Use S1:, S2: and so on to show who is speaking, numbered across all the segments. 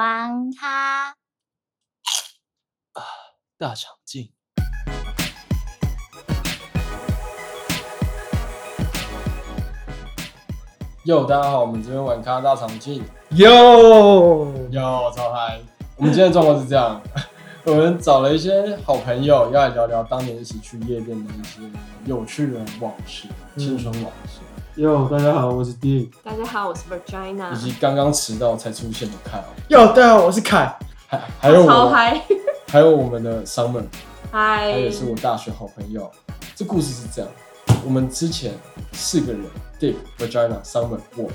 S1: 玩咖。
S2: 大长今。哟，大家好，我们这边玩咖大长今。
S3: 哟，
S2: 哟，超嗨！我们今天的状况是这样， 我们找了一些好朋友，要来聊聊当年一起去夜店的一些有趣的往事、
S3: 嗯
S2: 青春往事，
S3: 哟，大家好，我是 D。
S4: 大家好，我是
S2: 以
S4: Virginia，
S2: 及刚刚迟到才出现的凯尔，
S3: 哟，大家好，我是凯。
S2: 还还有
S4: 啊超
S2: 我，
S4: 嗨哎
S2: 还有我们的 Summer。
S4: 嗨
S2: 哦他，也是我大学好朋友。这故事是这样：我们之前四个人，Dave、Vagina、Summer、我，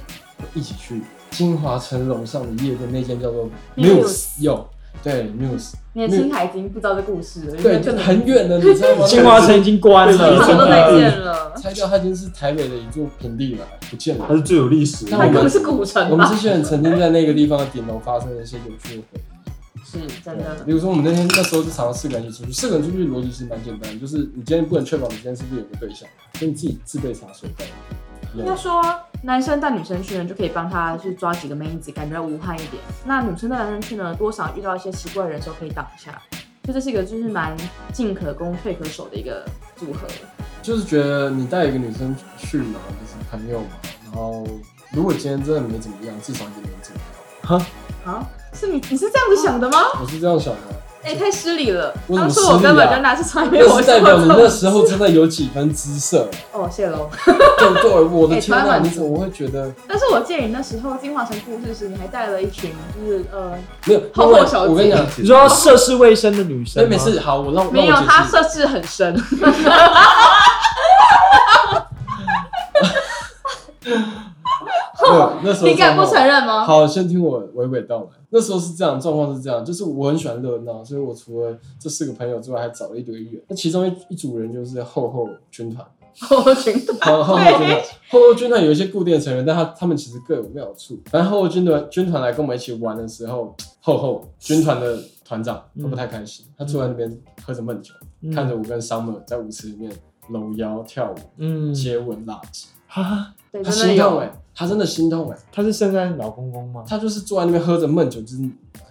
S2: 一起去金华城楼上的夜店，那间叫做
S4: Muse
S2: Muse，有对 Muse，
S4: 年轻孩子已经不知道这故事了，
S2: 对，就
S4: 真
S2: 是
S4: 的
S2: 很远的，你知 道吗？
S3: 金华城已经关
S2: 对
S3: 了，
S4: 好
S2: 真
S4: 多
S2: 的
S4: 都再见了，
S2: 拆掉，它已经是台北的一座平地了，不见
S3: 它
S2: 了。
S3: 是最有历史的。
S2: 那
S4: 那
S2: 我
S4: 根
S2: 们
S4: 本是古城
S2: 我们
S4: 吧？
S2: 这些人曾经在那个地方的顶楼发生了一些有趣的回忆。
S4: 是真
S2: 对，
S4: 的，
S2: 比如说我们那天那时候就常常四个人一起出去，四个人出去逻辑是蛮简单的，就是你今天不能确保你今天是不是有个对象，所以你自己自备茶水袋。有
S4: 应该说男生带女生去呢，就可以帮他去抓几个妹子，感觉无害一点。那女生带男生去呢，多少遇到一些奇怪的人的时候可以挡一下，就这是一个就是蛮进可攻退可守的一个组合。
S2: 就是觉得你带一个女生去嘛，就是朋友嘛，然后如果今天真的没怎么样，至少也没怎么样，
S4: 啊，是你你是这样子想的吗？
S2: 我是这样想的。
S4: 哎、太失礼了！
S2: 我怎么
S4: 当初
S2: 失
S4: 我
S2: 礼
S4: 根本
S2: 啊
S4: 就拿是从来没有
S2: 那
S4: 说
S2: 是代表你
S4: 这种
S2: 那时候真的有几分姿色，
S4: 哦，谢喽。
S2: 对对，我的
S4: 哎
S2: 天
S4: 突
S2: 哪，
S4: 然
S2: 你怎么会觉得
S4: 但是我记得你那时候金华城故事时，你还带了一群就是呃，
S2: 没有？
S4: 厚
S2: 因为
S4: 厚小
S2: 我跟你
S4: 姐
S2: 讲，
S3: 你说涉世未深的女
S2: 所以
S3: 生，
S2: 每次，好，我让
S4: 没有，
S2: 让我解释
S4: 他涉世很 深，
S2: 没有 那时候
S4: 你敢不
S2: 状况
S4: 承认吗？
S2: 好，先听我娓娓道来。那时候是这样，状况是这样，就是我很喜欢热闹，所以我除了这四个朋友之外，还找了一堆人。那其中一一组人就是厚厚军 团，
S4: 我群
S2: 厚
S4: 团
S2: 厚军团，厚厚军团有一些固定的成员，但他他们其实各有妙处。反正厚厚军团军团来跟我们一起玩的时候，厚厚军团的团长他不太开心，他坐在那边喝着闷酒，
S3: 嗯
S2: 看着我跟 Summer 在舞池里面搂腰跳舞、
S3: 嗯，
S2: 接吻、拉直，
S3: 啊，
S4: 对，
S2: 他
S4: 真的
S2: 心 痛哎、
S4: 有，
S2: 欸，他真的心痛哎、
S3: 她是圣诞老公公吗？
S2: 他就是坐在那边喝着闷酒，就是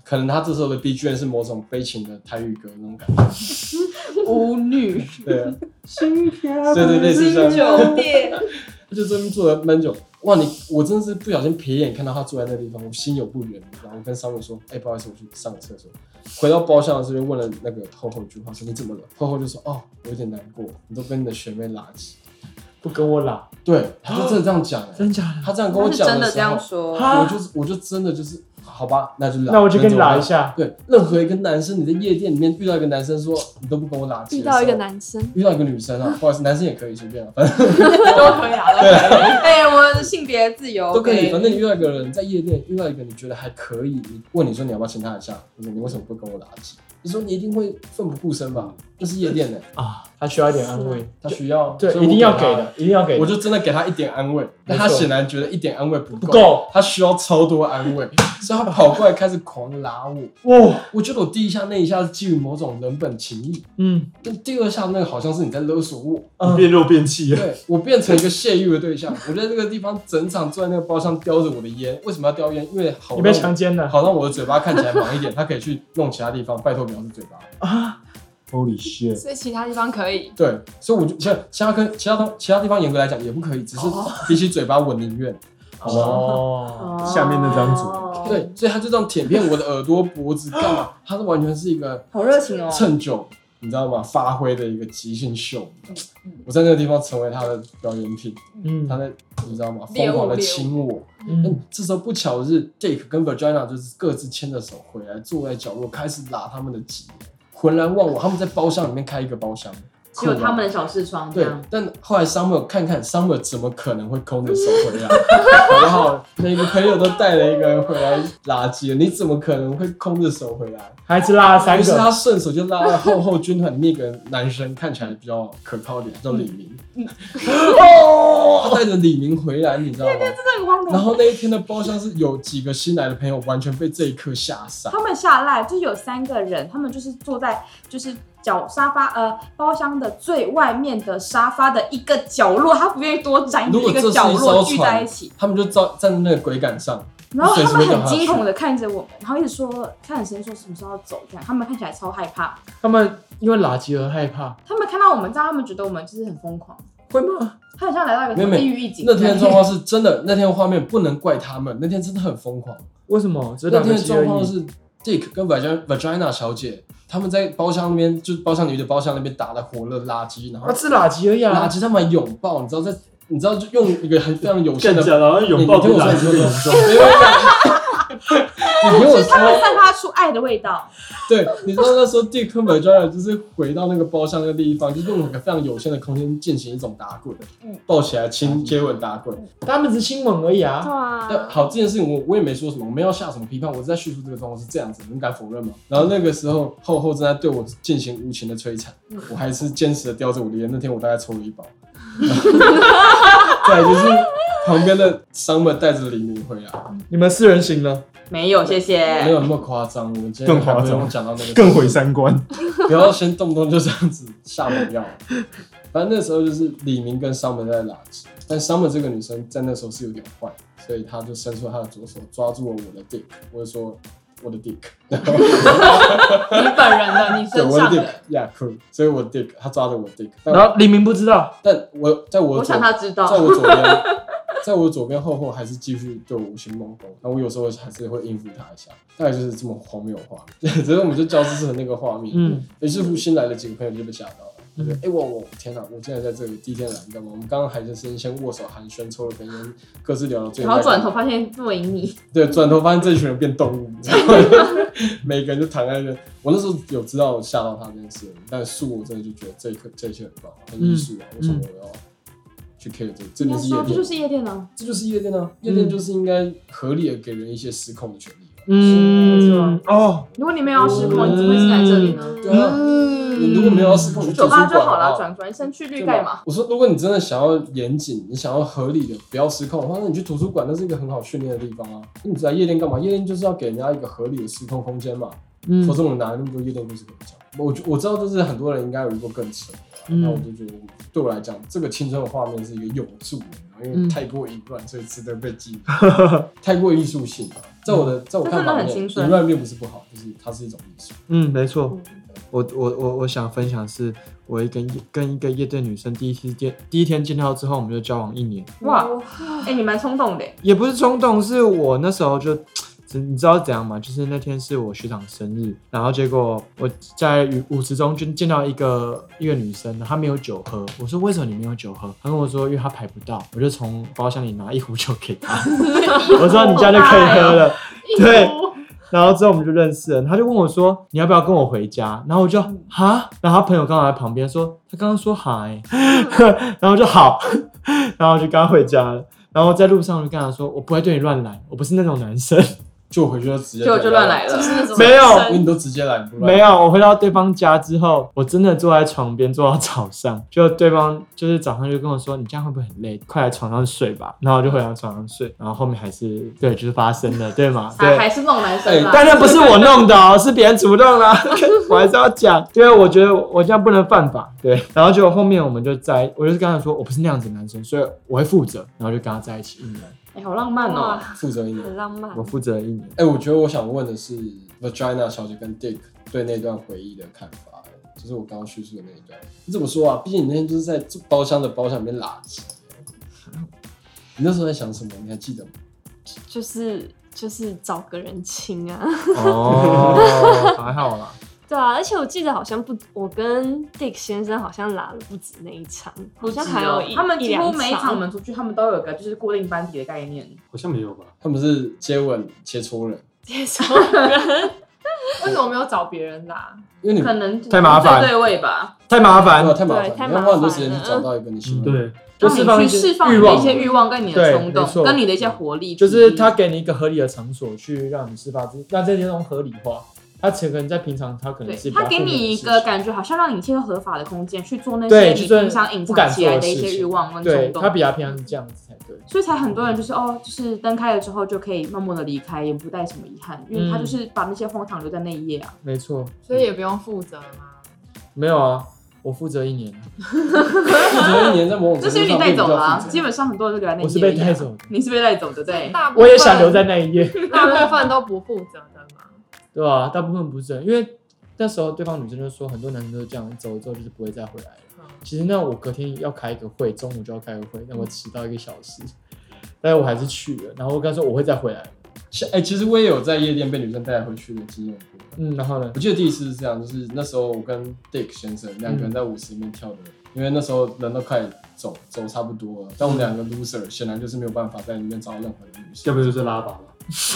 S2: 可能他这时候的 BGM 是某种悲情的台语歌那种感觉，
S4: 舞女
S2: 对啊，
S3: 心跳
S2: 对对类似这样，
S4: 酒店，
S2: 他就这边坐着闷酒。哇，你我真是不小心瞥眼看到他坐在那地方，我心有不忍，然后我跟商伟说，哎、不好意思，我去上个厕所。回到包厢的这边问了那个厚厚一句话，说你怎么了？厚厚就说，哦，我有点难过，你都跟你的学妹拉起。
S3: 不跟我拉，
S2: 对，他就真的这样讲、哎，
S3: 真假的？
S2: 他这样跟我
S4: 他是
S2: 讲
S4: 真的这
S2: 时候 我
S4: 样，说，
S2: 就我就真的就是，好吧，那就拉，
S3: 啊那我就跟你拉一
S2: 下。
S3: 下。
S2: 对，任何一个男生，你在夜店里面遇到一个男生说你都不跟我拉近，
S5: 遇到一个，男生，
S2: 遇到一个女生 啊，不好意思，男生也可以随便啊，反正
S4: 都可以啊，都可以哎，我的性别自由
S2: 都可以，
S4: OK
S2: 反正你遇到一个人在夜店遇到一个你觉得还可以，你问你说你要不要亲他一下，或者你为什么不跟我拉近？你说你一定会奋不顾身吧？那是夜 店呢、
S3: 啊，她需要一点安慰，
S2: 他需要，
S3: 对，
S2: 啊所以我
S3: 一定要
S2: 他
S3: 给。的，一定要给
S2: 啊我
S3: 的，
S2: 就真的给他一点安慰，但他
S3: 没错
S2: 显然觉得一点安慰不
S3: 不
S2: 够，
S3: 够。
S2: 他需要超多安慰，所以他跑过来开始狂拉我。
S3: 哇，
S2: 我觉得我第一下那一下是基于某种人本情谊，
S3: 嗯，
S2: 但第二下那个好像是你在勒索我，
S3: 嗯
S6: 变肉变气啊！
S2: 对我变成一个泄欲的对象， 我在这个地方整场坐在那个包厢叼着我的烟，为什么要叼烟？因为好
S3: 你被
S2: 让
S3: 强奸了
S2: 好让我的嘴巴看起来忙一点，他可以去弄其他地方，拜托不要是嘴巴。
S3: 啊！
S6: Holy shit！
S5: 所以其他地方可以。
S2: 对，所以我就其他其他跟其他东其他地方严格来讲也不可以，只是比起嘴巴我宁愿。
S3: 哦，
S6: 下面那张
S4: 组
S2: 对，所以他就这样舔遍我的耳朵、脖子干嘛？他是完全是一个
S4: 好热情哦，
S2: 趁酒，你知道吗？发挥的一个即兴秀。
S5: 嗯
S2: 我在那个地方成为他的表演品，
S3: 嗯
S2: 他在你知道吗？疯
S5: 猎物
S2: 狂的
S5: 嗯猎物
S2: 亲我。
S3: 嗯
S2: 嗯，这时候不巧的是，Jake 跟 Virginia 就是各自牵着手回来，坐在角落开始拉他们的吉，浑然忘我。他们在包厢里面开一个包厢，
S4: 只有
S2: 酷啊
S4: 他们的小视窗这
S2: 对
S5: 嗯
S4: 样。。
S2: 但后来 Summer 看看 Summer 怎么可能会空着手回来， 好不好？每个朋友都带了一个人回来拉吉，你怎么可能会空着手回来？
S3: 孩子拉了三
S2: 于是啊
S3: 个，
S2: 他顺手就拉了厚厚军团里面一个男生，看起来比较可靠一点，叫李明。 哦他带着李明回来，你知道吗？然后那一天的包厢是有几个新来的朋友完全被这一刻吓傻。
S4: 他们下来就是有三个人，他们就是坐在就是角沙发呃包厢的最外面的沙发的一个角落，他不愿意多占
S2: 如果
S4: 一
S2: 这是
S4: 个
S2: 一
S4: 角
S2: 艘
S4: 落聚在
S2: 船
S4: 一起。，
S2: 他们就站站在那个桅杆上，
S4: 然后
S2: 随
S4: 他
S2: 时
S4: 们
S2: 会掉
S4: 很
S2: 下
S4: 惊
S2: 去
S4: 恐的看着我们，然后一直说看很神说什么时候要走这样，他们看起来超害怕。
S3: 他们因为垃圾而害怕，
S4: 他们看到我们这样，他们觉得我们就是很疯狂，
S3: 会吗？
S4: 他很像来到一
S2: 没有没
S4: 个
S2: 有
S4: 地狱一景这
S2: 那
S4: 样。
S2: 天的 状况是真的，那天的画面不能怪他们，那天真的很疯狂。
S3: 为什么？只是
S2: 那
S3: 两
S2: 天
S3: 个
S2: 的
S3: 鸡而
S2: 状况
S3: 已。
S2: 是 Dick 跟 Vagina Vagina 小姐他们在包厢那边，就是包厢女的包厢那边打的火热垃圾，然后
S3: 啊，是垃圾而已
S2: 垃
S3: 啊。
S2: 圾他们拥抱，你知道在，你知道就用一个很非常有限的，
S6: 更加然后拥抱
S2: 你你听
S6: 跟
S2: 我说
S6: 垃
S2: 你
S6: 圾
S2: 说
S6: 的
S2: 你
S6: 感
S2: 说
S6: 受，
S2: 没有没有没有你 听我
S4: 就是他们
S2: 说，
S4: 散发出爱的味道，
S2: 对，你知道那时候 Dick 跟 Vagina 就是回到那个包厢那个地方，就用一个非常有限的空间进行一种打滚
S4: 嗯，
S2: 抱起来亲接吻打滚。
S3: 他们只是亲吻而已啊。
S2: 但
S5: 啊，
S2: 好，这件事情我我也没说什么，我没有下什么批判，我是在叙述这个状况是这样子，你们敢否认吗？然后那个时候，厚厚正在对我进行无情的摧残，我还是坚持的叼着我的烟。那天我大概抽了一包，再来就是旁边的 Summer 带着李明回来，
S3: 你们四人行了，
S4: 没有，谢
S2: 没
S4: 谢。
S2: 有那么夸张，我们今天
S6: 更夸张
S2: 还不用讲到那个，
S6: 更毁，三观。
S2: 不要先动不动就这样子下猛药。反正那时候就是李明跟 Summer 在拉扯，但 Summer 这个女生在那时候是有点坏，所以她就伸出她的左手抓住了我的 dick，我就说我的 dick，然后
S5: 你本人
S4: 啊
S5: 的，你
S2: 对
S5: 身
S2: 我的
S5: 上
S2: dick
S5: 的，
S2: 呀、cool，所以我的 dick，她抓着我的 dick，但
S3: 然后黎明不知道，
S2: 但我在我左
S4: 我想他知
S2: 在
S4: 道，
S2: 我左边，在我左边厚厚还是继续对我无情猛攻，那我有时候还是会应付她一下，大概就是这么荒谬的画面， 只是我们就交织成那个画面，
S3: 嗯，
S2: 于是乎，哎新来的几个朋友就被吓到了。就
S3: 嗯
S2: 是哎、我我天哪！我竟然在这里第一天来，你知道吗？我们刚刚还是先先握手寒暄，抽了根烟，各自聊了最。
S4: 然后转头，发现不赢你，
S2: 对，转头发现这群人变动物，然 后每个人就躺在那边。我那时候有知道我吓到他这件事情，但树我真的就觉得这一刻这一切很棒，很艺术啊！
S4: 嗯
S2: 为什么我要去 care 这个？这
S4: 应
S2: 边
S4: 该
S2: 是夜
S4: 说这就
S2: 店，
S4: 是嗯夜店了。
S2: 这就是夜店啊！夜店就是应该合理的给人一些失控的权利吧。
S3: 嗯，哦，
S4: 如果你没有要失控，你怎么会是来这里呢？
S2: 对啊，
S3: 嗯
S2: 你如果没有要失控，
S4: 去
S2: 你
S4: 酒
S2: 走出
S4: 吧就
S2: 馆
S4: 好
S2: 啊
S4: 了，转转身去
S2: 对
S4: 绿
S2: 吧
S4: 盖嘛。
S2: 我说，如果你真的想要严谨，你想要合理的，不要失控的话，那你去图书馆，那是一个很好训练的地方啊。你来夜店干嘛？夜店就是要给人家一个合理的失控空间嘛。
S3: 嗯
S2: 否则我们哪有那么多夜店故事可以讲？我觉我知道，就是很多人应该有遇过更扯的啊，
S3: 嗯
S2: 那、我就觉得，对我来讲，这个青春的画面是一个永驻的，因为
S3: 嗯
S2: 太过淫乱，所以值得被记录， 太过艺术性了。啊在我的在我
S4: 嗯这
S2: 看
S4: 真的
S2: 法
S4: 很
S2: 里面，
S4: 青春
S2: 淫乱并不是不好，就是它是一种艺术。
S3: 嗯，没错。我我我我想分享是，我一跟跟一个夜店女生第一次见第一天见到之后，我们就交往一年，
S4: 哇，哎，你蛮冲动的。
S3: 也不是冲动，是我那时候就，只你知道怎样吗？就是那天是我学长生日，然后结果我在舞舞池中就见到一个一个女生，她没有酒喝，我说为什么你没有酒喝？她跟我说因为她排不到，我就从包厢里拿一壶酒给她， 我说你这样就可以喝了。对，然后之后我们就认识了，他就问我说：“你要不要跟我回家？”然后我就哈，然后他朋友刚好在旁边说：“他刚刚说哈、欸，然后我就好， 然后我就跟他回家了。然后在路上我就跟他说：“我不会对你乱来，我不是那种男生。
S2: 就回去就直接
S4: 就就乱来
S5: 就
S4: 了。
S5: 是那种
S3: 没有
S2: 因为
S5: 生
S2: 你都直接来，你不”乱来
S3: 没有，我回到对方家之后，我真的坐在床边坐到早上，就对方就是早上就跟我说：“你这样会不会很累？快来床上睡吧。”然后我就回到床上睡，然后后面还是对，就是发生了，对吗？对哎
S4: 还，还是弄男生啊啦，
S3: 但那不是我弄的哦，是别人主动啦、 我还是要讲，因为我觉得我这样不能犯法。对，然后就后面我们就在，我就是跟他说我不是那样子的男生，所以我会负责，然后就跟他在一起一年，
S4: 哎，好浪漫哦。
S5: 哇，
S2: 负责一点。
S5: 很浪漫
S3: 我。负责了一年。
S2: 哎、我觉得我想问的是，Vagina 小姐跟 Dick 对那段回忆的看法，就是我刚刚叙述的那一段。你怎么说啊？毕竟你那天就是在包厢的包厢里面拉圾。你那时候在想什么？你还记得吗？
S5: 就是就是找个人亲啊，
S3: 哦，还好啦。
S5: 对啊，而且我记得好像不，我跟 Dick 先生好像拉了不止那一场，好像还有一
S4: 哦他们
S5: 一
S4: 几乎
S5: 两
S4: 每一场我 们出 去，他们都有个就是固定班底的概念。
S6: 好像没有吧？
S2: 他们是接吻切磋人，
S5: 接受人，
S1: 为什么没有找别人啦？
S2: 因为你
S4: 啊可能
S3: 太麻烦
S4: 对位吧，
S3: 太麻烦
S2: 对啊，，太麻
S5: 对太
S2: 烦，你要
S5: 麻
S2: 花很多
S5: 烦
S2: 时间去
S5: 了嗯
S2: 找到一个你喜欢的人。
S6: 对，
S3: 就释
S4: 让你
S3: 放一
S4: 去
S3: 些
S4: 释放
S3: 欲
S4: 你的
S3: 望
S4: 一些欲望跟你的
S3: 对
S4: 冲
S3: 没错
S4: 动，跟你的一些活力，
S3: 就是他给你一个合理的场所去让你释发自己，那这些东西合理化。他可能在平常，他可能是
S4: 对
S3: 比较
S4: 他给
S3: 负面的
S4: 你一
S3: 事
S4: 个
S3: 情
S4: 感觉，好像让你进入合法的空间去做那些
S3: 对就
S4: 你
S3: 是
S4: 平常隐
S3: 不敢
S4: 藏起来
S3: 做
S4: 的
S3: 的
S4: 一
S3: 事
S4: 些
S3: 情
S4: 欲望跟
S3: 对
S4: 冲
S3: 他
S4: 动。
S3: 比较平常是这样子才对。
S4: 所以才很多人就是哦，就是灯开了之后就可以默默的离开，也不带什么遗憾，因为他
S3: 嗯
S4: 就是把那些荒唐留在那一夜啊。
S3: 没错，
S1: 所以也不用负责吗？
S3: 没有啊，我负责一年，
S2: 负责一年在某种
S4: 这
S2: 程
S4: 是
S2: 度上
S4: 被你带
S2: 并不
S4: 走
S2: 叫
S4: 了啊、
S2: 负责
S4: 基本上很多人都留在那一页。
S3: 我是被带走的，
S4: 你是被带走的，对。
S1: 大部分
S3: 我也想留在，那一页，
S1: 大部分都不负责的嘛。
S3: 对吧、大部分不是，因为那时候对方女生就说，很多男生都是这样，走了之后就是不会再回来了。
S1: 嗯
S3: 其实那我隔天要开一个会，中午就要开个会，那我迟到一个小时，但是我还是去了。然后我跟他说我会再回来，
S2: 其哎、其实我也有在夜店被女生带回去的经验过。
S3: 嗯，然后呢，
S2: 我记得第一次是这样，就是那时候我跟 Dick 先生两个人在舞池里面跳的，因为那时候人都快走走差不多了，但我们两个 loser 显然就是没有办法在里面找到任何的女性，
S6: 要不就是拉粑粑，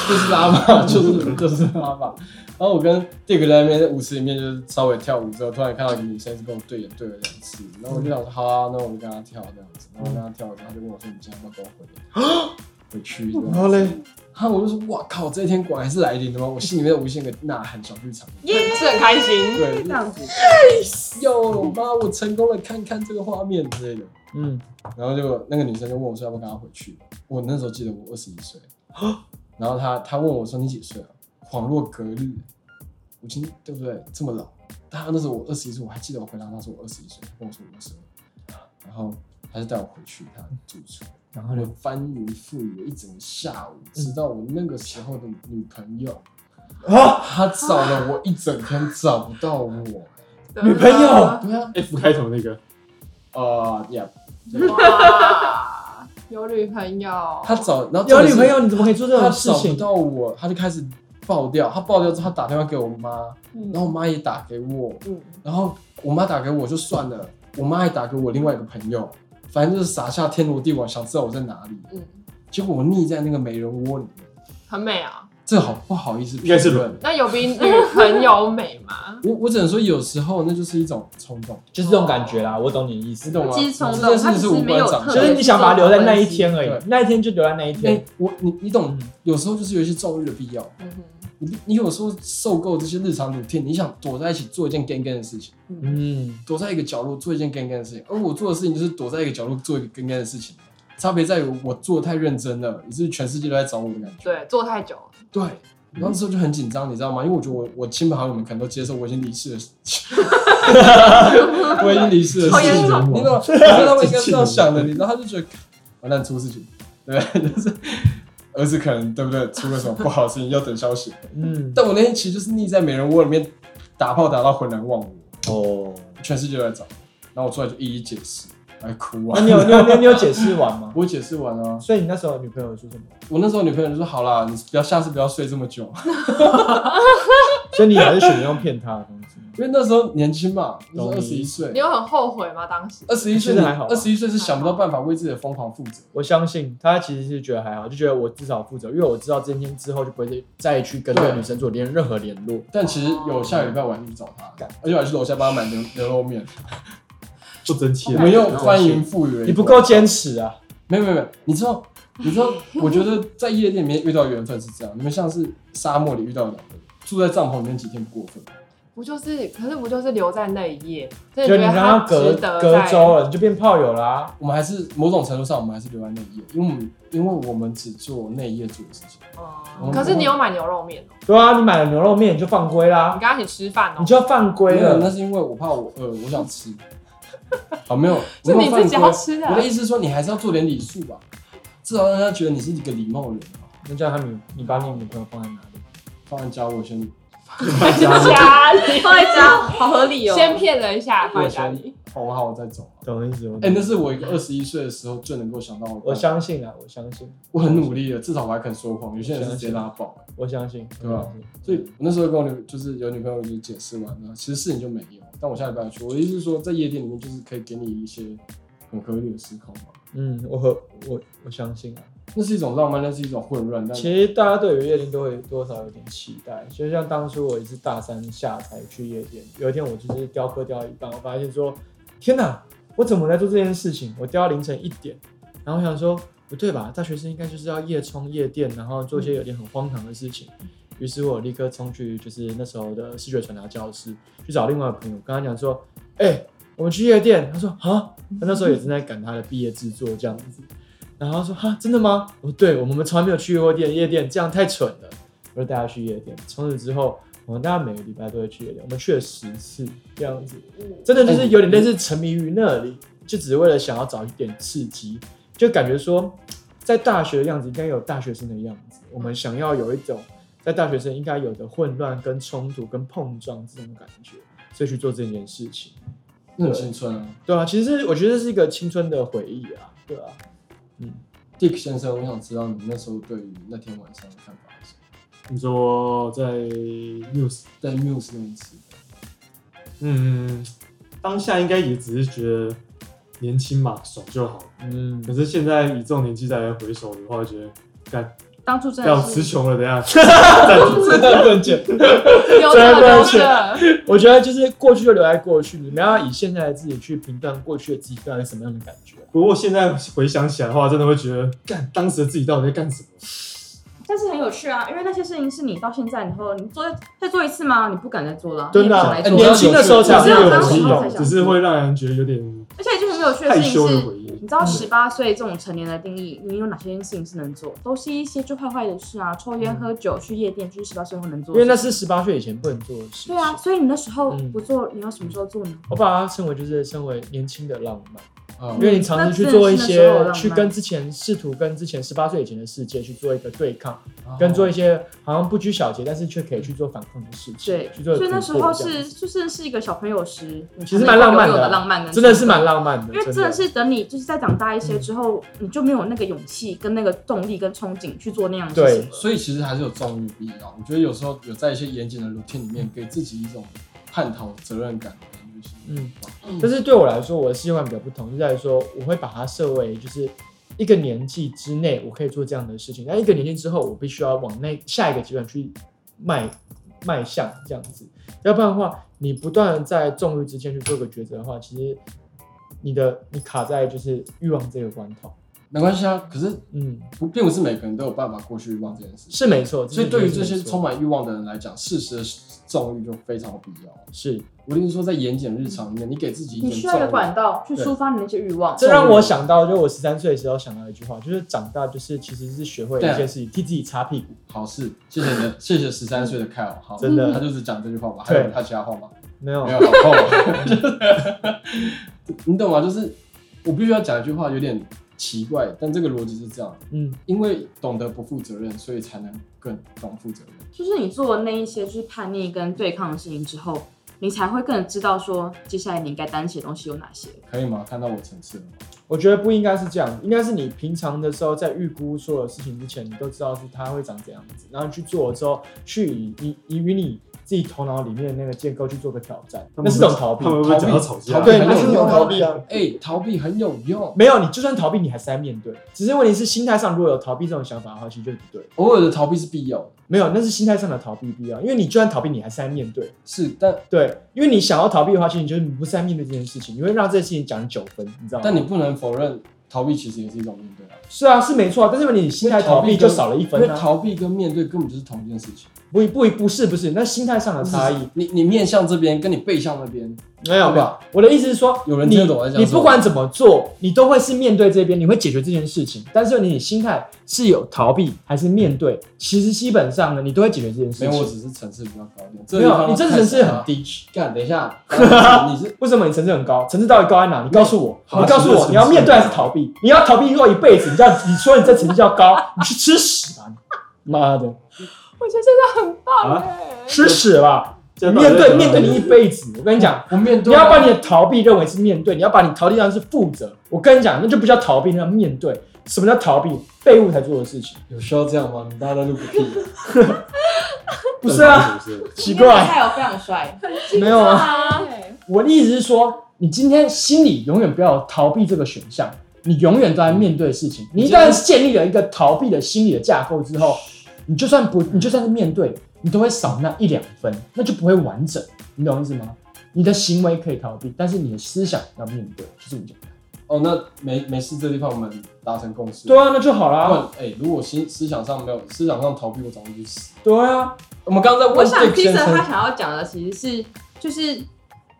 S2: 就是拉吧，就是 就是拉吧。然后我跟 Dick 在那边在舞池里面就是稍微跳舞之后，突然看到一个女生是跟我对眼对了两次，然后我就想说好啊，那我就跟她跳这样子，然后我跟她跳了之后，她就问我说你今天要不要跟我回来回去？这样
S3: 然后嘞，
S2: 然后我就说哇靠，这一天果然是来临的吗？我心里面有无限个呐喊小剧场。
S1: 耶，是很开心。
S2: 对，
S4: 这样子，
S2: 哟 妈，我成功了，看看这个画面之类的。
S3: 嗯，
S2: 然后就那个女生就问我说要不要跟她回去。我那时候记得我二十一岁，然后她她问我说你几岁啊？恍若隔日，我今天对不对？这么老？她那时候我二十一岁，我还记得我回答她说我二十一岁，她跟我说我二十二，然后她就带我回去她住处。
S3: 然
S2: 我
S3: 后嘞，
S2: 翻云覆雨了一整个下午，直到我那个时候的女朋友，
S3: 啊
S2: 她找了我一整天找不到我。
S3: 女朋友
S2: 对啊，
S6: F 开头那个，
S2: 呃，yeah，
S1: 哇，有女朋友，
S2: 他找，然后重
S3: 有
S2: 点
S3: 女
S2: 是
S3: 朋友你怎么可以做这
S2: 他
S3: 种事
S2: 找不
S3: 情？
S2: 到我，他就开始爆掉。他爆掉之后，他打电话给我妈，然后我妈也打给我，
S4: 嗯
S2: 然后我妈打给我就算了，我妈还打给我另外一个朋友，反正就是撒下天罗地网，想知道我在哪里。
S1: 嗯，
S2: 结果我腻在那个美人窝里面，
S1: 很美啊。
S2: 这好不好意思评
S6: 应该是
S2: 论？
S1: 那有比女朋友美吗？
S2: 我我只能说，有时候那就是一种冲动，
S3: 就是这种感觉啦，我懂你的意思，
S2: 你懂吗？
S4: 其实冲动
S2: 这件事情是无关长
S4: 它只
S2: 相
S4: 是
S3: 就
S4: 没有特别
S2: 的。
S3: 是你想把它留在那一天而已
S2: 对，
S3: 那一天就留在那一
S2: 哎、
S3: 天。嗯
S2: 我你你懂，有时候就是有一些纵欲的必要。
S1: 嗯哼，
S2: 你你有时候受够这些日常 routine，你想躲在一起做一件 gang gang 的事情，
S3: 嗯，
S2: 躲在一个角落做一件 gang gang 的事情，而我做的事情就是躲在一个角落做一个 gang gang 的事情，差别在于我做的太认真了，以至于全世界都在找我的感觉。
S1: 对，坐太久了，
S2: 对，然后那时候就很紧张，你知道吗？因为我觉得我我亲朋好友们可能都接受我已经离世的事情，呃我已经离世的
S1: 好
S2: 事
S1: 严
S2: 情，
S1: 重
S2: 你懂吗？然后他们应该是这样想的，你知道，他就觉得完蛋出事情，对不对？就是儿子可能对不对出了什么不好的事情，要等消息。
S3: 嗯，
S2: 但我那天其实就是腻在美人窝里面打炮打到浑然忘我，
S3: 哦，
S2: 全世界都在找，然后我出来就一一解释，还哭
S3: 那
S2: 啊。
S3: 你有你有你有你有解释完吗？
S2: 我解释完啊，
S3: 所以你那时候女朋友说什么？
S2: 我那时候女朋友就说：“好啦，你不要下次不要睡这么久，
S3: 所以你还是选择用骗她的方式吗。
S2: 因为那时候年轻嘛，那时候
S3: 懂
S2: 二
S3: 你
S2: 十一岁
S1: 你，有很后悔吗？当时
S3: 呃
S2: 二十一岁
S3: 其实还好啊吧
S2: 二十一岁是想不到办法为自己的疯狂负责。
S3: 我相信他其实是觉得还好，就觉得我至少负责，因为我知道今天之后就不会再去跟这个
S2: 对
S3: 女生做联任何联络。
S2: 但其实有下个礼拜我还去找他
S3: 干，
S2: 而且我还去楼下帮他买牛牛肉面，
S6: 不争气
S2: 我
S6: 啊
S2: 们又翻云覆雨了。
S3: 你不够坚持啊！
S2: 没有没有没有，你知道， 你知道，我觉得在夜店里面遇到缘分是这样，你们像是沙漠里遇到两个人，住在帐篷里面几天不过分。
S1: 不就是，可是不就是留在那一页？就
S3: 就你
S1: 觉
S3: 刚刚
S1: 得他
S3: 隔
S1: 值得哦
S3: 隔
S1: 在
S3: 周了，你就变炮友啦、
S2: 我们还是某种程度上，我们还是留在内页，因为我们因为我们只做内页做的事情。
S1: 哦可是你有买牛肉面哦，
S3: 对啊，你买了牛肉面你就犯规
S1: 你
S3: 啦，
S1: 跟他一起吃饭哦
S3: 你，就要犯规
S2: 没有，那
S3: 了。
S2: 是因为我怕我饿，我想吃。好，没有，我
S1: 是
S2: 没有
S1: 你
S2: 犯
S1: 自己要
S2: 规。
S1: 吃的
S2: 我
S1: 啊。
S2: 的意思是说，你还是要做点礼数吧，至少让人家觉得你是一个礼貌的人啊。
S3: 那这样他女，你把你女朋友放在哪里？
S2: 放在家，我先
S1: 家里
S5: 放在家好合理哦。
S1: 先骗人一下，放在家里。
S2: 哄好，我再走啊。
S3: 懂我意思吗？
S2: 哎、那是我一个二十一岁的时候最能够想到的办法。
S3: 我相信啊，我相信，
S2: 我很努力的，至少我还肯说谎。有些人是直接拉爆，
S3: 我相信，
S2: 对吧
S3: 我相信？
S2: 所以我那时候跟我女就是有女朋友就解释完了，其实事情就没有。但我下礼拜要去，我的意思是说，在夜店里面就是可以给你一些很合理的思考嘛。
S3: 嗯，我和我我相信啊。
S2: 那是一种浪漫，那是一种混乱，但
S3: 其实大家对于夜店都会多少有点期待，就像当初我也是大三下才去夜店，有一天我就是雕刻雕到一半，我发现说，天哪，我怎么在做这件事情？我雕到凌晨一点，然后我想说不对吧，大学生应该就是要夜冲夜店，然后做一些有点很荒唐的事情。于是我立刻冲去就是那时候的视觉传达教室去找另外一个朋友，跟他讲说，哎、我们去夜店。他说啊，他那时候也正在赶他的毕业制作这样子。然后他说哈，真的吗？我说对，我们从来没有去过夜店，夜店这样太蠢了。我就带他去夜店。从此之后，我们大概每个礼拜都会去夜店，我们去了十次这样子，真的就是有点类似沉迷于那里，就只是为了想要找一点刺激，就感觉说在大学的样子应该有大学生的样子，我们想要有一种在大学生应该有的混乱、跟冲突、跟碰撞这种感觉，所以去做这件事情。
S2: 那很青春啊。
S3: 对啊，其实我觉得这是一个青春的回忆啊，对啊，嗯，
S2: Dick 先生，我想知道你那时候对于那天晚上的看法是什么？
S6: 你说在 news，
S2: 在 Muse 那一次，
S6: 嗯，当下应该也只是觉得年轻嘛，爽就好。
S3: 嗯
S6: 可是现在以这种年纪再来回首的话，会觉得干
S4: 当初真
S6: 要
S4: 的
S6: 词
S4: 是
S6: 穷了，等一下。
S3: 真的不能讲。
S1: 留着留着，
S3: 我觉得就是过去就留在过去，你们要以现在的自己去评断过去的自己到底是什么样的感觉。啊
S6: 不过现在回想起来的话，真的会觉得干当时的自己到底在干什么？
S4: 但是很有趣啊，因为那些事情是你到现在以后，你做再做一次吗？你不敢再做了，
S3: 真的啊
S4: 哦你也不
S2: 哎你
S3: 年轻
S4: 想来做了，
S3: 的时候才
S6: 是
S3: 有
S6: 有
S3: 那
S6: 很
S3: 种
S6: 激
S3: 激动
S6: 动，只是会让人觉得有点
S4: 而且就很有趣的
S6: 害
S4: 事情
S6: 羞的
S4: 是，
S6: 回忆
S3: 嗯
S4: 你。知道十八岁这种成年的定义，你有哪些事情是能做？都是一些就坏坏的事啊，抽烟、喝酒、去夜店，就是十八岁后能做
S3: 嗯因为
S4: 的
S3: 那
S4: 事。
S3: 是十八岁以前不能做的事情。
S4: 对啊，，所以你那时候
S3: 嗯
S4: 不做，你要什么时候做呢？
S3: 我把它称为就是称为年轻的浪漫，
S2: 啊
S4: 嗯
S3: 因，为你尝试去做一些去跟之前试图跟之前十八岁以前的世界去做一个对抗，跟做一些好像不拘小节，但是却可以去做反抗的事情，
S4: 对，
S3: 去做
S4: 所以那时
S3: 突破
S4: 候
S3: 这样
S4: 是就是是一个小朋友时，你
S3: 其实蛮浪漫
S4: 才能够拥有的，
S3: 的啊
S4: 浪漫跟
S3: 真的是蛮浪漫的，嗯
S4: 因为真的是等你就是再长大一些之后，你就没有那个勇气跟那个动力跟憧憬去做那样的事情了。
S2: 所以其实还是有纵欲必要。我觉得有时候有在一些严谨的 routine 里面，给自己一种探讨责任感的感觉是
S3: 嗯
S2: 很棒
S3: 但是对我来说，我的世界观比较不同，就在于说，我会把它设为就是一个年纪之内我可以做这样的事情，但一个年纪之后，我必须要往那下一个阶段去迈迈向这样子，要不然的话，你不断地在纵欲之间去做个抉择的话，其实你的你卡在就是欲望这个关头，
S2: 没关系啊。可是
S3: 嗯，
S2: 不，并不是每个人都有办法过去欲望这件事情。
S3: 是没错。
S2: 所以对于这些
S3: 是没错
S2: 充满欲望的人来讲，适时的纵欲就非常有必要。
S3: 是，
S2: 我跟你说，在严谨日常里面，你给自己一
S4: 你
S2: 点
S4: 需
S2: 纵
S4: 要一个
S2: 欲，
S4: 管道去
S2: 对
S4: 抒发你那些欲望。
S3: 这让我想到，就我十三岁的时候想到一句话，就是长大就是其实是学会一
S2: 对啊哦
S3: 件事情，替自己擦屁股。
S2: 好事。谢谢你的，谢谢十三岁的 Kyle。好，嗯
S3: 真的
S2: 他就是讲这句话吧？还有
S3: 对
S2: 他其他话吗？
S3: 没有
S2: 没，有好厚， 你懂吗？就是我必须要讲一句话，有点奇怪，但这个逻辑是这样：
S3: 嗯，
S2: 因为懂得不负责任，所以才能更懂负责任。
S4: 就是你做那一些就是叛逆跟对抗的事情之后，你才会更知道说接下来你应该担起的东西有哪些。
S2: 可以吗？看到我层次了吗？
S3: 我觉得不应该是这样，应该是你平常的时候在预估所有事情之前，你都知道是它会长怎样子，然后去做了之后，去以以以与你自己头脑里面的那个建构去做个挑战，那是种逃避
S6: 他。们会不会讲到吵架？
S2: 逃避
S3: 对，
S2: 很
S3: 那是
S2: 有
S3: 种
S2: 用
S3: 逃避啊。
S2: 哎、逃避很有用。
S3: 没有，你就算逃避，你还是在面对。只是问题是心态上，如果有逃避这种想法的话，其实就是不对。
S2: 偶尔的逃避是必要的，
S3: 没有，那是心态上的逃避必要，因为你就算逃避，你还是在面对。
S2: 是，但
S3: 对，因为你想要逃避的话，其实你就是你不是在面对这件事情，你会让这件事情讲九分，你知道吗？
S2: 但你不能否认，逃避其实也是一种面对啊。
S3: 是啊，是没错啊，但是你心态逃避就少了一分
S2: 因为
S3: 啊。
S2: 逃避跟面对根本就是同一件事情。
S3: 不不不是不是，那心态上的差异。
S2: 你你面向这边，跟你背向那边，
S3: 没有没有，我的意思是说，
S2: 有人
S3: 你
S2: 听得懂我在讲什么
S3: 你不管怎么做，你都会是面对这边，你会解决这件事情。但是你心态是有逃避还是面对，其实基本上呢，你都会解决这件事
S2: 没有，我
S3: 情。
S2: 只是层次比较高一点。
S3: 没有，你
S2: 这
S3: 这
S2: 个
S3: 层
S2: 地方
S3: 次
S2: 太
S3: 很
S2: 少了。
S3: 低。
S2: 啊干，等一下， 你是
S3: 为什么你层次很高？层次到底高在哪？你告诉我，
S6: 好
S3: 你告诉
S6: 这个
S3: 我，
S6: 层次
S3: 你要面对还是逃避？你要逃避过一辈子，你叫你说你这层次叫高，你去吃屎吧！你妈的，
S5: 我觉得这个很
S1: 欸
S5: 棒
S6: 啊
S5: 哎、
S3: 吃屎吧！
S6: 这样到底
S3: 面对
S6: 在讲
S3: 面对
S6: 哪里
S3: 你一辈子，我跟你讲，
S2: 我面
S3: 你
S2: 对啊，
S3: 要把你的逃避认为是面对，你要把你逃避当成是负责。我跟你讲，那就不叫逃避，那叫面对。什么叫逃避？废物才做的事情，
S2: 有需要这样吗？你大家在录个屁！
S3: 不是啊？，
S6: 是不是
S3: 奇怪，
S4: 有非常帅，
S3: 没有啊。
S5: 啊，
S3: 我的意思是说，你今天心里永远不要有逃避这个选项，你永远都在面对事情。你一旦建立了一个逃避的心理的架构之后，你就算不，你就算是面对，你都会少那一两分，那就不会完整。你懂我意思吗？你的行为可以逃避，但是你的思想要面对，就是你讲。
S2: 哦，那没没事，这地方我们达成共识。
S3: 对，啊，那就好啦。
S2: 问哎，如果心思想上没有思想上逃避，我早就去死。
S3: 对啊，
S2: 我们刚刚在
S4: 我
S2: 问
S4: 想
S2: Dick
S4: Peter
S2: 先
S4: 他
S2: 生，
S4: 想要讲的其实是就是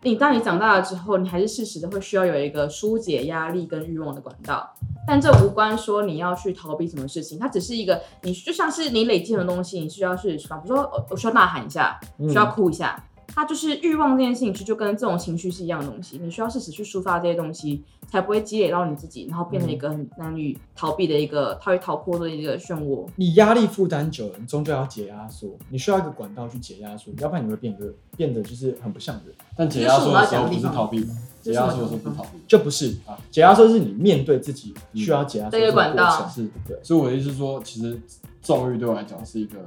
S4: 你当你长大了之后，你还是适时的会需要有一个疏解压力跟欲望的管道，但这无关说你要去逃避什么事情，它只是一个你就像是你累积的东西，你需要去释放，比如说呃我需要呐喊一下，
S3: 嗯
S4: 需要哭一下，它就是欲望这件事情，其实就跟这种情绪是一样的东西，你需要适时去抒发这些东西，才不会积累到你自己，然后变
S2: 嗯
S4: 成一个很难以逃避的一个，它会逃脱的一个漩涡。
S3: 你压力负担久了，你终究要解压缩，你需要一个管道去解压缩，要不然你会变得变得就是很不像人。
S2: 但解压缩的时候不是逃避吗？
S4: 这
S2: 解
S4: 是我
S2: 压
S4: 们
S2: 缩的时候不是逃避，
S3: 就不是
S2: 啊
S3: 解压缩是你面对自己需要解压缩
S4: 嗯这个
S3: 过
S4: 管道
S3: 程，
S2: 是。
S3: 对
S2: 所以我的意思是说，其实纵欲对我来讲是一个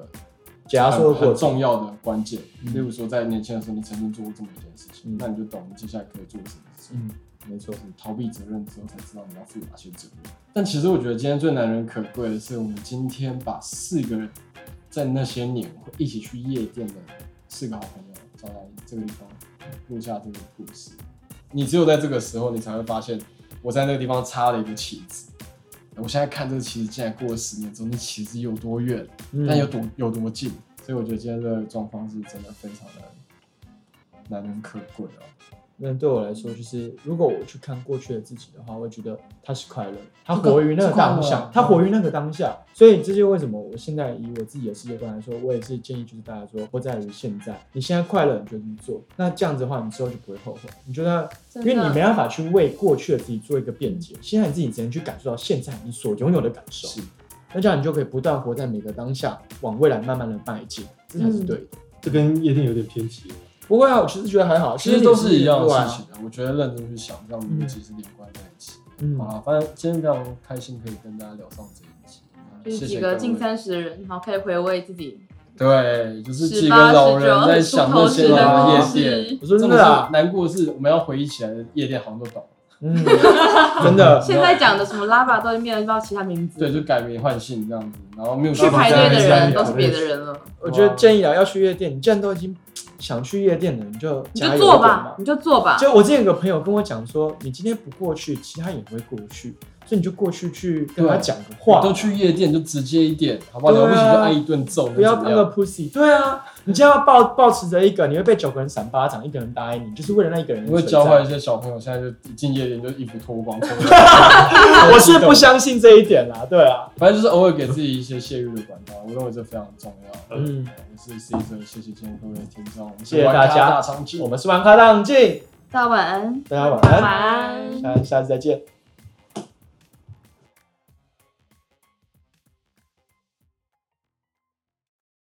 S3: 解压缩
S2: 很
S3: 的过
S2: 很
S3: 程。
S2: 重要的关键。
S3: 嗯
S2: 例如说，在年轻的时候，你曾经做过这么一件事情，
S3: 嗯
S2: 那你就懂你接下来可以做什么事情。
S3: 嗯，没错
S2: 就。是逃避责任之后，才知道你要负哪些责任。但其实我觉得今天最难能可贵的是，我们今天把四个人在那些年会一起去夜店的四个好朋友找来这个地方
S3: 嗯
S2: 录下这个故事。你只有在这个时候，你才会发现我在那个地方插了一个旗子。我现在看这个旗子，竟然过了十年之后，那旗子有多远，
S3: 嗯
S4: 嗯
S2: 但有多有多近。所以我觉得今天这个状况是真的非常的难能可贵哦。
S3: 那对我来说，就是如果我去看过去的自己的话，我会觉得他是快乐，他活于那个
S2: 是
S3: 当
S2: 快
S3: 下
S2: 乐，
S3: 他活于那个当下。所以这就是为什么我现在以我自己的世界观来说，我也是建议就是大家说，活在于现在，你现在快乐你就去做，那这样子的话，你之后就不会后悔。你觉得，因
S4: 真的
S3: 为你没办法去为过去的自己做一个辩解，现在你自己只能去感受到现在你所拥有的感受，
S2: 是。
S3: 那这样你就可以不断活在每个当下，往未来慢慢的迈进，这才是
S2: 嗯
S3: 对的。
S6: 这跟夜店有点偏题了。
S3: 不会啊，我其实觉得还好，
S2: 其实都是一样的
S3: 对啊
S2: 事情啊。我觉得认真去想，让逻
S4: 嗯
S2: 辑是连贯在一起。
S3: 嗯
S2: 好了，反正今天非常开心可以跟大家聊上这一集，那
S4: 就是
S2: 谢
S4: 几
S2: 谢
S4: 个
S2: 各
S4: 近
S2: 位。
S4: 三十的人，然后可以回味自己
S2: 对，就是几个
S4: 十八、
S2: 老
S4: 十
S2: 人在
S4: 九、出
S2: 想
S4: 头
S2: 那
S4: 时
S2: 些
S4: 的
S2: 老
S4: 故
S2: 夜店。
S4: 事。
S3: 我说真
S2: 真
S3: 的
S2: 的
S3: 啊，
S2: 难过的是，我们要回忆起来的夜店好像都倒了，
S3: 嗯，
S2: 真
S3: 的
S4: 现在讲的什么拉巴都已经变成不知道其他名字，
S2: 对，就改名换姓这样子，然后没有
S4: 去排队的人都是别的
S2: 人。
S4: 人了，
S3: 我觉得建议啊，要去夜店，你既然都已经想去夜店了，你就
S4: 你
S3: 加
S4: 就
S3: 油
S4: 做
S3: 一点
S4: 吧，
S3: 嘛。
S4: 你就做吧。
S3: 就我之前有个朋友跟我讲说，你今天不过去，其他也不会过去，所以你就过去去跟他讲个话，
S2: 都去夜店就直接一点，好不好？
S3: 对
S2: 了
S3: 啊
S2: 不起就挨一顿揍，
S3: 不要
S2: 能
S3: 当
S2: 怎么样
S3: 个 pussy。对啊，你今天要抱抱持着一个，你会被九个人扇巴掌，一个人答应你，就是为了那一个人
S2: 因为
S3: 存在
S2: 教坏一些小朋友，现在就一进夜店就衣服脱光，脱光
S3: 我是不相信这一点啦，对啊，
S2: 反正就是偶尔给自己一些泄欲的管道，我认为这非常重 要。
S3: 嗯，
S2: 我是 C 哥，谢谢今天各位听众，我是
S3: 谢谢大
S2: 玩
S3: 家
S2: 咖大长今
S3: 我们是玩咖荡镜，
S4: 大家晚安。
S3: 大家晚
S5: 晚
S3: 安，下
S5: 安。
S3: 下次再见，